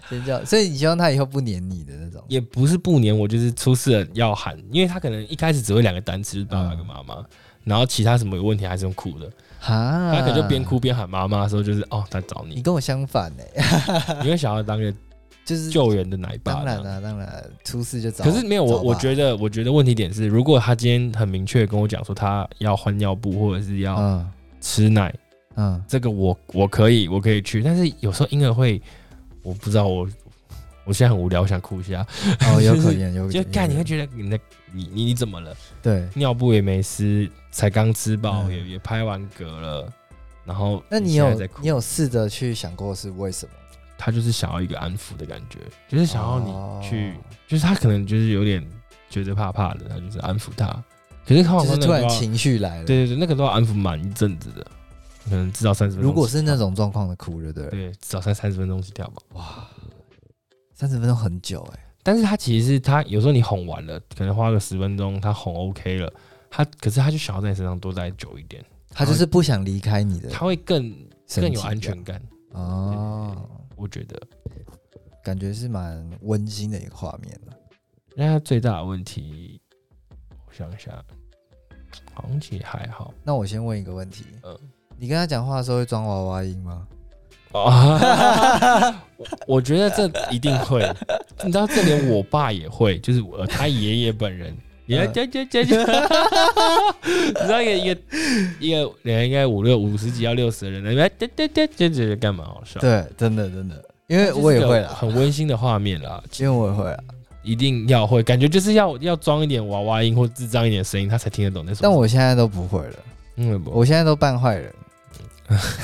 S1: 先叫，所以你希望他以后不黏你的那
S2: (laughs)
S1: 种？
S2: 也不是不黏我，就是出事了要喊，因为他可能一开始只会两个单词，就是爸爸跟妈妈。然后其他什么有问题还是用哭的，
S1: 哈，
S2: 他可能就边。哭边喊妈妈的时候，就是哦，他找
S1: 嗯你
S2: 你，
S1: 跟我相反呢、
S2: 你会想要当一个
S1: (laughs) 就是
S2: 救援的奶爸
S1: 当
S2: 这样。
S1: 然啦、当然啊出事就找。
S2: 可是没有我，我
S1: 得
S2: 觉得，我觉得问题点是，如果他今天很明确地跟我讲说他要换尿布或者是要
S1: 嗯
S2: 吃奶，
S1: 嗯，
S2: 这个我我可以，我可以去。但是有时候婴儿会，我不知道我。我现在很无聊，我想哭一下。 (laughs)
S1: 哦，有可能，有可
S2: 就
S1: 能，
S2: 干，你会
S1: 有可能
S2: 觉得你的你你你怎么了？
S1: 对。
S2: 尿布也没湿，才刚吃饱，
S1: 嗯
S2: 也也拍完嗝了，然后
S1: 那你
S2: 现在
S1: 有
S2: 在哭
S1: 你有试着去想过是为什么？
S2: 他就是想要一个安抚的感觉，就是想要
S1: 哦
S2: 你去，就是他可能就是有点觉得怕怕的，他就是安抚他。可是看完
S1: 哦就是
S2: 那个
S1: 突然
S2: 都要
S1: 情绪来了。
S2: 对对对，那个都要安抚满一阵子的，可能至少三十分钟起跳。
S1: 如果是那种状况的哭，对不对？
S2: 对，至少三三十分钟起跳吧。
S1: 哇，三十分钟很久哎、
S2: 但是他其实是他有时候你哄完了，可能花个十分钟，他哄 OK 了，他可是他就想要在你身上多待久一点，
S1: 他就是不想离开你的
S2: 他会更
S1: 身体，
S2: 更有安全感。
S1: 哦，
S2: 我觉得，
S1: 感觉是蛮温馨的一个画面啊了。
S2: 那他最大的问题，我想一下，好像其实还好。
S1: 那我先问一个问题，
S2: 嗯
S1: 你跟他讲话的时候会装娃娃音吗？哦
S2: 啊，我 (laughs) 我觉得这一定会，你知道，这连我爸也会，就是我呃他爷爷本人，也
S1: 嗯
S2: 讲讲
S1: (laughs)
S2: 讲讲，你知道一个一个一个人应该五六五十几到六十的人，那边对对对，这这干嘛好笑？
S1: 对，真的真的，因为我也会啦，
S2: 很温馨的画面啦，
S1: 因为我也会啦。啊
S2: 一定要会，感觉就是要要装一点娃娃音或智障一点的声音，他才听得懂那首。
S1: 但我现在都不会了，
S2: 嗯不
S1: 我现在都扮坏人， (laughs)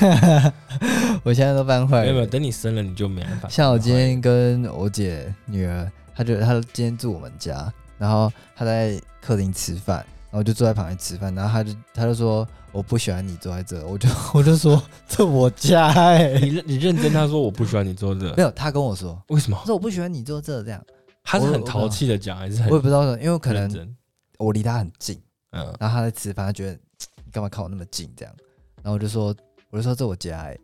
S1: 我现在都扮坏
S2: 没有没有，
S1: 人。
S2: 等你生了你就没办法。
S1: 像我今天跟我姐女儿，她就她今天住我们家，然后她在客厅吃饭，然后我就坐在旁边吃饭，然后她就她就说我不喜欢你坐在这，我就 (laughs) 我就说这我家
S2: (laughs)
S1: 哎、
S2: 你认你认真，他说我不喜欢你做这
S1: 没，有，她跟我说，
S2: 为什么
S1: 她？说我不喜欢你坐这这样，
S2: 他是
S1: 我
S2: 很
S1: 我
S2: 淘气的讲，还是
S1: 我
S2: 很
S1: 也不知道为什么，因为可
S2: 认
S1: 能
S2: 真？
S1: 我离她很近，
S2: (laughs) 嗯
S1: 然后他在吃饭，他觉得你干嘛靠我那么近这样，然后我就说我就说这我家哎、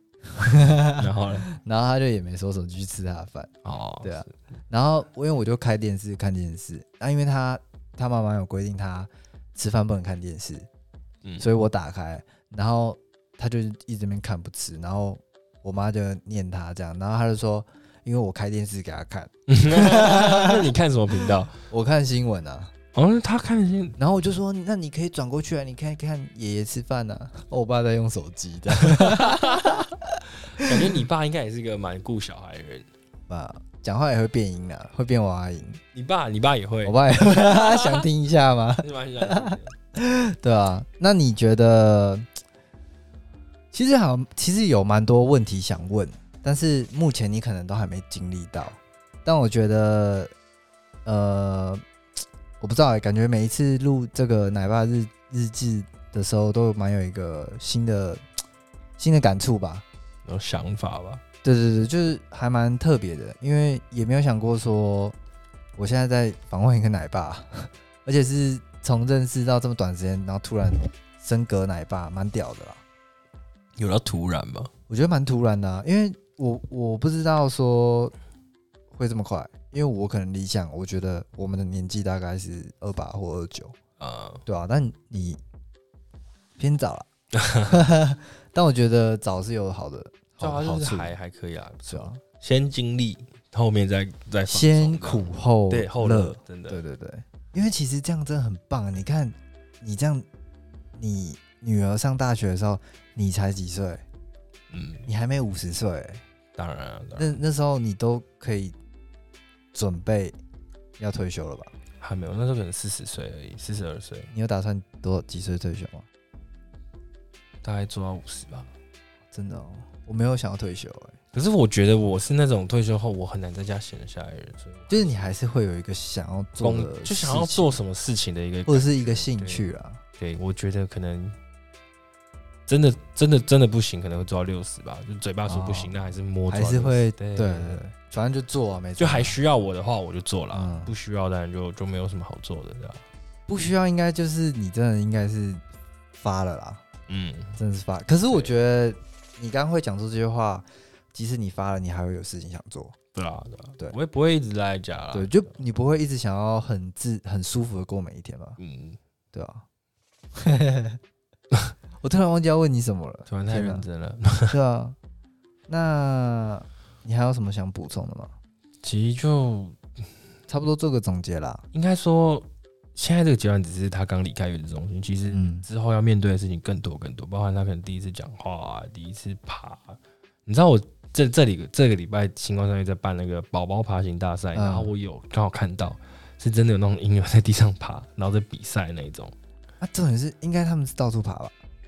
S2: 然后呢？
S1: 然后他就也没说什么，就去吃他的饭。
S2: 哦，
S1: 对啊，然后因为我就开电视看电视，那、因为他他妈妈有规定他吃饭不能看电视，
S2: 嗯，
S1: 所以我打开，然后他就一直在那边看不吃，然后我妈就念他这样，然后他就说，因为我开电视给他看，
S2: 那你看什么频 (laughs) 道？
S1: 我看新闻啊，
S2: 哦，他看的是
S1: 然后我就说，那你可以转过去啊，你看看爷爷吃饭啊，哦我爸在用手机的
S2: 感觉你爸应该也是个蛮顾小孩的人。
S1: 吧。啊讲话也会变音啊，会变娃娃音。
S2: 你爸，你爸也会
S1: 我，爸也 (laughs) 想听一下吗？
S2: 是蛮想的
S1: 对啊，那你觉得，其实好，其实有蛮多问题想问，但是目前你可能都还没经历到。但我觉得，呃，我不知道欸、感觉每一次录这个奶爸日日志的时候，都蛮有一个新的新的感触吧。
S2: 有想法吧？
S1: 对对对，就是还蛮特别的，因为也没有想过说，我现在在访问一个奶爸，而且是从认识到这么短时间，然后突然升格奶爸，蛮屌的啦。
S2: 有到突然吧？
S1: 我觉得蛮突然的、啊，因为我我不知道说会这么快，因为我可能理想，我觉得我们的年纪大概是二八或二九，
S2: 啊，
S1: 对啊，但你偏早
S2: (laughs)
S1: 了， (laughs) 但我觉得早是有好的
S2: 对
S1: 好
S2: 啊，
S1: 好
S2: 就是
S1: 处，
S2: 还还可以啊，不
S1: 是
S2: 错。
S1: 吧？
S2: 先经历，后面再再放松
S1: 先苦后
S2: 对后乐
S1: 乐，，
S2: 真
S1: 对
S2: 的
S1: 对对，因为其实这样真的很棒。你看，你这样，你女儿上大学的时候，你才几岁？
S2: 嗯，
S1: 你还没五十岁，
S2: 当然啊，当然
S1: 那那时候你都可以准备要退休了吧？
S2: 还没有，那时候可能四十岁而已，四十二岁，
S1: 你有打算多几岁退休吗？
S2: 大概做到五十吧。
S1: 真的哦，我没有想要退休、欸，
S2: 可是我觉得我是那种退休后我很难在家闲得下来的人，所以
S1: 就是你还是会有一个想要做的
S2: 工
S1: 事情，
S2: 就想要做什么事情的一个
S1: 或者是一个兴趣啊。
S2: 对，我觉得可能真的真的真的不行，可能会做到六十吧。就嘴巴说不行，
S1: 哦
S2: 那还是摸，
S1: 还是会
S2: 对
S1: 对对对，反正就做啊，没
S2: 就还需要我的话，我就做了；
S1: 嗯
S2: 不需要，当然就就没有什么好做的，对吧？
S1: 不需要，应该就是你真的应该是发了啦。
S2: 嗯，
S1: 真的是发。可是我
S2: 对
S1: 觉得你刚刚会讲出这些话，即使你发了，你还会有事情想做。
S2: 对啊，对啊，
S1: 对
S2: 我也不会一直赖在家啦。
S1: 对，就你不会一直想要很自很舒服的过每一天吧？
S2: 嗯，
S1: 对
S2: (laughs)
S1: 啊。我突然忘记要问你什么了，
S2: 突然太
S1: 天哪
S2: 认真了。 (laughs)
S1: 对啊。那你还有什么想补充的吗？
S2: 其实就
S1: 差不多做个总结啦。
S2: 应该说，现在这个阶段只是他刚离开月子中心，其实
S1: 嗯，
S2: 之后要面对的事情更多更多，包含他可能第一次讲话、啊，第一次爬啊。你知道我这这里这个礼拜星光商业在办那个宝宝爬行大赛，
S1: 嗯
S2: 然后我有刚好看到，是真的有那种婴儿在地上爬，然后在比赛那一种。
S1: 啊，重点是应该他们是到处爬吧？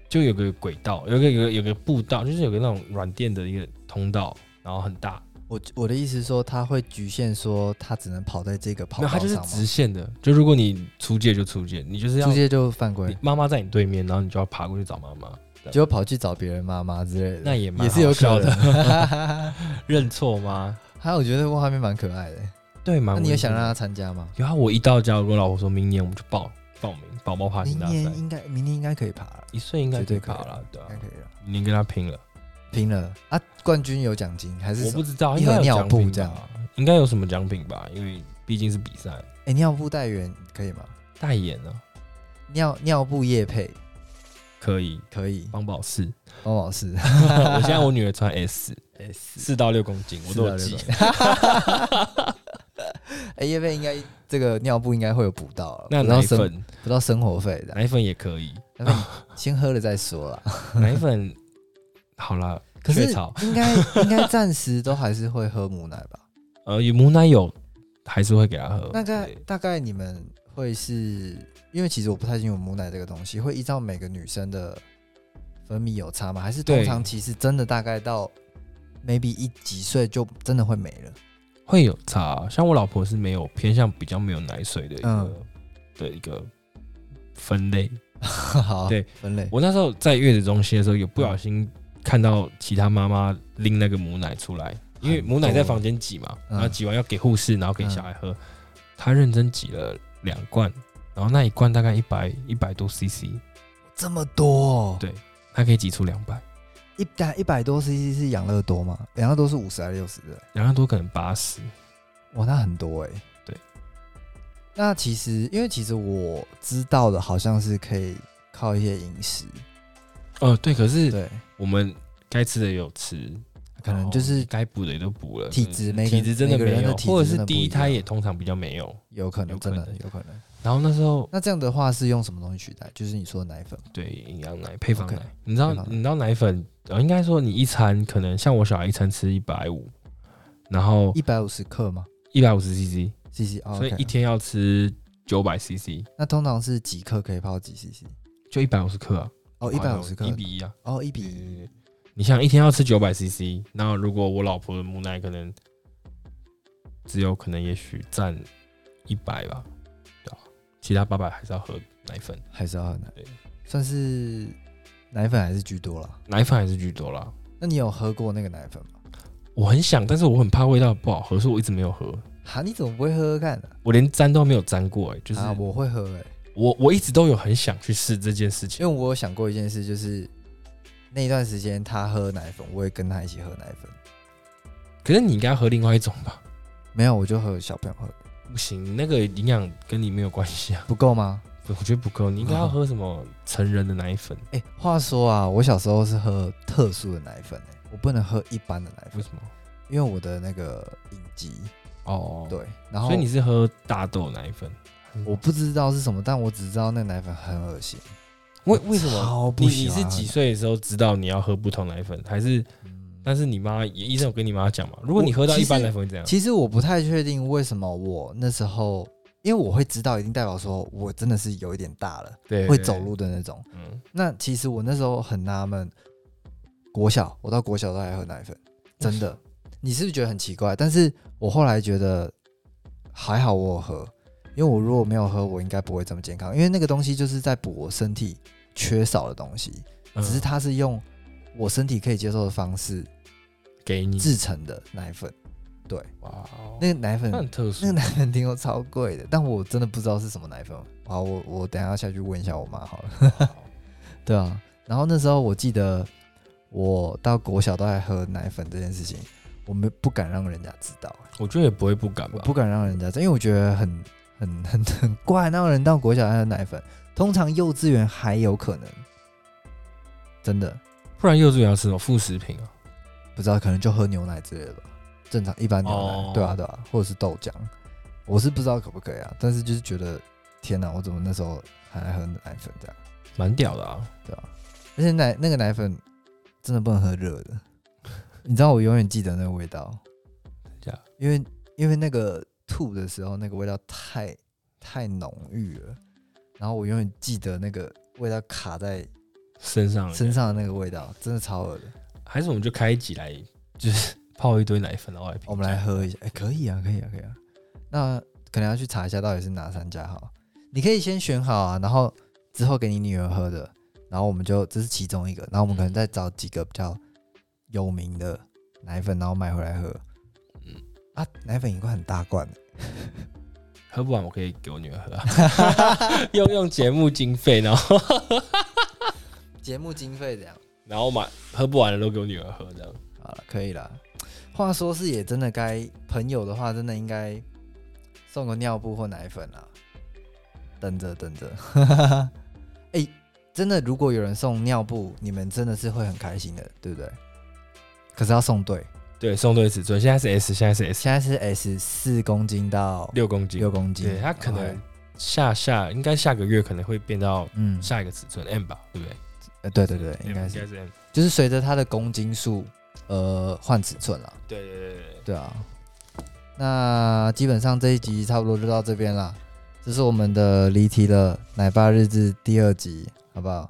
S2: 就有个轨道，有个有个有个步道，就是有个那种软垫的一个通道，然后很大，
S1: 我我的意思是说，他会局限说他只能跑在这个跑
S2: 那
S1: 道
S2: 它就是
S1: 上吗？
S2: 直线的。就如果你出界就出界，你就是要
S1: 直接就犯
S2: 你
S1: 规，
S2: 妈妈在你对面，然后你就要爬过去找妈妈。
S1: 就跑去找别人妈妈之类的。
S2: 那也蛮
S1: 也是有
S2: 好笑
S1: 可
S2: 的，
S1: 能。 (laughs)
S2: 认错吗？
S1: 还有，我觉得动画片蛮可爱的。
S2: 对，
S1: 那
S2: 蛮温馨的。
S1: 你有想让他参加吗？
S2: 有啊，我一到家，我跟我老婆说明年我们就报报名宝宝爬
S1: 明
S2: 行大赛
S1: 年，应该，明年应该可以爬了，
S2: 一岁应该
S1: 绝
S2: 可以
S1: 对
S2: 爬
S1: 可以
S2: 了，对啊
S1: 应该，可以了。
S2: 明年跟他拼了，
S1: 哦拼了啊！冠军有奖金还是
S2: 我
S1: 什
S2: 不
S1: 么？
S2: 知道，
S1: 一
S2: 应该
S1: 盒
S2: 有
S1: 尿
S2: 奖
S1: 布
S2: 品
S1: 这样
S2: 吧，应该有什么奖品吧，因为毕竟是比赛，
S1: 哎，尿布代言可以吗？
S2: 代言呢
S1: 尿尿布叶配
S2: 可以
S1: 可以，
S2: 帮
S1: (laughs)
S2: 宝适，
S1: 帮老师
S2: 我现在我女儿穿 S，
S1: S
S2: 四到六公斤，我都有记，。
S1: 哎，叶配应该这个尿布应该会有补到啊了， (laughs)
S2: 那
S1: 补到
S2: 奶
S1: 生
S2: 粉
S1: 补到生活费的，
S2: 奶粉也
S1: (laughs)
S2: 可以，
S1: 但是你先喝了再说啦。
S2: 奶粉好啦，
S1: 可是
S2: 雀巢
S1: 应该应该暂时都还是会喝母奶吧？
S2: 呃有母奶有还是会给她喝，
S1: 大概
S2: 对
S1: 大概你们会是因为其实我不太清楚母奶这个东西，会依照每个女生的分泌有差吗？还是通
S2: 对
S1: 常其实真的大概到 maybe 一几岁就真的会没
S2: (laughs)
S1: 了？
S2: 会有差。像我老婆是没有偏向比较没有奶水的一个、
S1: 嗯
S2: 的一个分类。
S1: 好，
S2: 对，
S1: 分类
S2: 我那时候在月子中心的时候，有不小心看到其他妈妈拎那个母奶出来，因为母奶在房间挤嘛，
S1: 嗯
S2: 然后挤完要给护士，然后给小孩喝，她认真挤了两罐，然后那一罐大概一百一百多 CC，
S1: 这么多、哦，
S2: 对它可以挤出两百，
S1: 一百一百多 CC 是养乐多吗？养乐多是五十还是六十的？
S2: 两万多可能八十。
S1: 哇，那很多哎、
S2: 对。
S1: 那其实，因为其实我知道的，好像是可以靠一些饮食，
S2: 哦，对，可是
S1: 对，
S2: 我们该吃的也有吃，
S1: 可能就是
S2: 该补的也都补了，嗯
S1: 体质每个
S2: 体质真的
S1: 每个
S2: 没
S1: 人的
S2: 有，
S1: 体质
S2: 或者
S1: 真
S2: 是
S1: 的不
S2: 第
S1: 一
S2: 一胎
S1: 样
S2: 也通常比较没有。
S1: 有可能
S2: 有可
S1: 真
S2: 能
S1: 的有可能。
S2: 然后那时候
S1: 那这样的话是用什么东西取代？就是你说的奶粉吗，
S2: 对营养奶配方
S1: OK，
S2: 奶，你知道
S1: 配方奶
S2: 你知道奶粉，呃，应该说你一餐可能像我小孩一餐吃一百五，然后
S1: 一百五十克吗
S2: 一百五十 CC，
S1: ？CC，、哦、
S2: 所以
S1: OK
S2: 一天要吃九百 CC，
S1: 那通常是几克可以泡几 CC？
S2: 就一百五十克啊，
S1: 哦，一百五十克
S2: 一，比一啊，
S1: 哦，一比
S2: 对
S1: 一，
S2: 对对你想一天要吃九百 CC，那如果我老婆的母奶可能只有可能也许占一百吧，对吧、其他八百还是要喝奶粉，
S1: 还是要喝奶
S2: 对，
S1: 算是奶粉还是居多啦。
S2: 奶粉还是居多啦。
S1: 那你有喝过那个奶粉吗？
S2: 我很想，但是我很怕味道不好喝，所以我一直没有喝，
S1: 哈，你怎么不会喝喝看呢、
S2: 我连沾都没有沾过、欸，就是
S1: 啊，我会喝哎、
S2: 我我一直都有很想去试这件事
S1: 因为
S2: 情。
S1: 我有想过一件事，就是那段时间他喝奶粉，我也跟他一起喝奶粉。
S2: 可是你应该喝另外一种吧？
S1: 没有，我就喝小朋友喝的，
S2: 不行，那个营养跟你没有关系啊，
S1: 不够吗？
S2: 我觉得不够，你应该
S1: 哦
S2: 要喝什么成人的奶粉？
S1: 哎、话说啊，我小时候是喝特殊的奶粉、欸，我不能喝一般的奶
S2: 为
S1: 粉，
S2: 什么？
S1: 因为我的那个隐疾。
S2: 哦，
S1: 对，然后
S2: 所以你是喝大豆奶粉？
S1: 我不知道是什么，但我只知道那奶粉很恶心。
S2: 为为什么？
S1: 超不
S2: 你
S1: 喜
S2: 你
S1: 欢
S2: 是几？岁的时候知道你要喝不同奶粉？还是
S1: 嗯
S2: 但是你妈也医生有跟你妈讲嘛？如果你喝到
S1: 其
S2: 一
S1: 实
S2: 般奶粉会怎样？
S1: 其实我不太确定为什么我那时候，因为我会知道，一定代表说我真的是有一点大了，
S2: 对，
S1: 会
S2: 对
S1: 走。路的那种。
S2: 嗯，
S1: 那其实我那时候很纳闷，国小我到国小都还喝奶粉，真的，你是不是觉得很奇怪？但是我后来觉得还好我有喝，因为我如果没有喝，我应该不会这么健康，因为那个东西就是在补我身体缺少的东西，
S2: 嗯
S1: 只是它是用我身体可以接受的方式
S2: 给你
S1: 制成的奶粉。
S2: 哇哦，
S1: 那个奶粉
S2: 那很特
S1: 那个
S2: 殊。
S1: 奶粉听说超贵的，但我真的不知道是什么奶粉。好，我我等一下下去问一下我妈好了。对啊，然后那时候我记得我到国小都还喝奶粉这件事情，我们不敢让人家知道，
S2: 我觉得也不会不敢
S1: 我
S2: 吧？
S1: 不敢让人家知道，因为我觉得很很很很怪，让人到国小还喝奶粉。通常幼稚园还有可能，真的
S2: 不然幼稚园要吃什么副食品啊？
S1: 不知道，可能就喝牛奶之类的吧，正常一般牛奶，
S2: 哦
S1: 对啊对啊，或者是豆浆，我是不知道可不可以啊，但是就是觉得天哪，我怎么那时候还爱喝奶粉这样，
S2: 蛮屌的啊！
S1: 对啊，而且奶那个奶粉真的不能喝热的，你知道我永远记得那个味道，
S2: 这样
S1: 因为因为那个吐的时候那个味道太太浓郁了，然后我永远记得那个味道卡在
S2: 身上
S1: 身上的那个味道，真的超恶的。
S2: 还是我们就开一集来， (laughs) 就是泡一堆奶粉，然后来评价
S1: 我们来喝一下，哎、可以啊，可以啊，可以啊。那可能要去查一下到底是哪三家好。你可以先选好啊，然后之后给你女儿喝的，然后我们就这是其中一个，然后我们可能再找几个比较有名的奶粉，然后买回来喝。嗯
S2: 嗯
S1: 啊，奶粉一罐很大罐的，
S2: 喝不完，我可以给我女儿喝、 (laughs) 啊，用用节目经费，然后
S1: 节目经费怎样？
S2: 然后买喝不完的都给我女儿喝，这样
S1: 好了，可以啦。话说是也真的该朋友的话，真的应该送个尿布或奶粉啦。等着等着，哎、真的如果有人送尿布，你们真的是会很开心的，对不对？可是要送对，
S2: 对，送对尺寸，现在是 S，现在是 S
S1: 现在是 S 四公斤到
S2: 六公斤，
S1: 六公斤，
S2: 对，它可
S1: OK
S2: 能下下应该下个月可能会变到
S1: 嗯，
S2: 下一个尺寸 M 吧，对不对？
S1: 呃对对对，应
S2: M，
S1: 该
S2: 应
S1: 是
S2: 该是 M，
S1: 就是随着它的公斤数，呃，换尺寸啦。
S2: 对对对对对。
S1: 对啊，那基本上这一集差不多就到这边啦。这是我们的离题了奶爸日志第二集，好不好？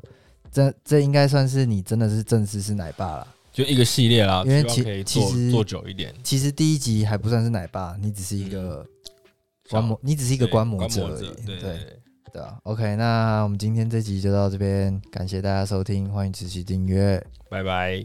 S1: 这这应该算是你真的是正式是奶爸了。
S2: 就一个系列啦，
S1: 因为
S2: 希望
S1: 其
S2: 可以
S1: 其
S2: 做
S1: 实
S2: 做久一点，
S1: 其实第一集还不算是奶爸，你只是一个观摩，你只是一
S2: 一
S1: 个嗯观摩
S2: 者
S1: 者而已。
S2: 对对
S1: 对
S2: 对，
S1: 对啊。OK，那我们今天这集就到这边，感谢大家收听，欢迎持续订阅。
S2: 拜拜。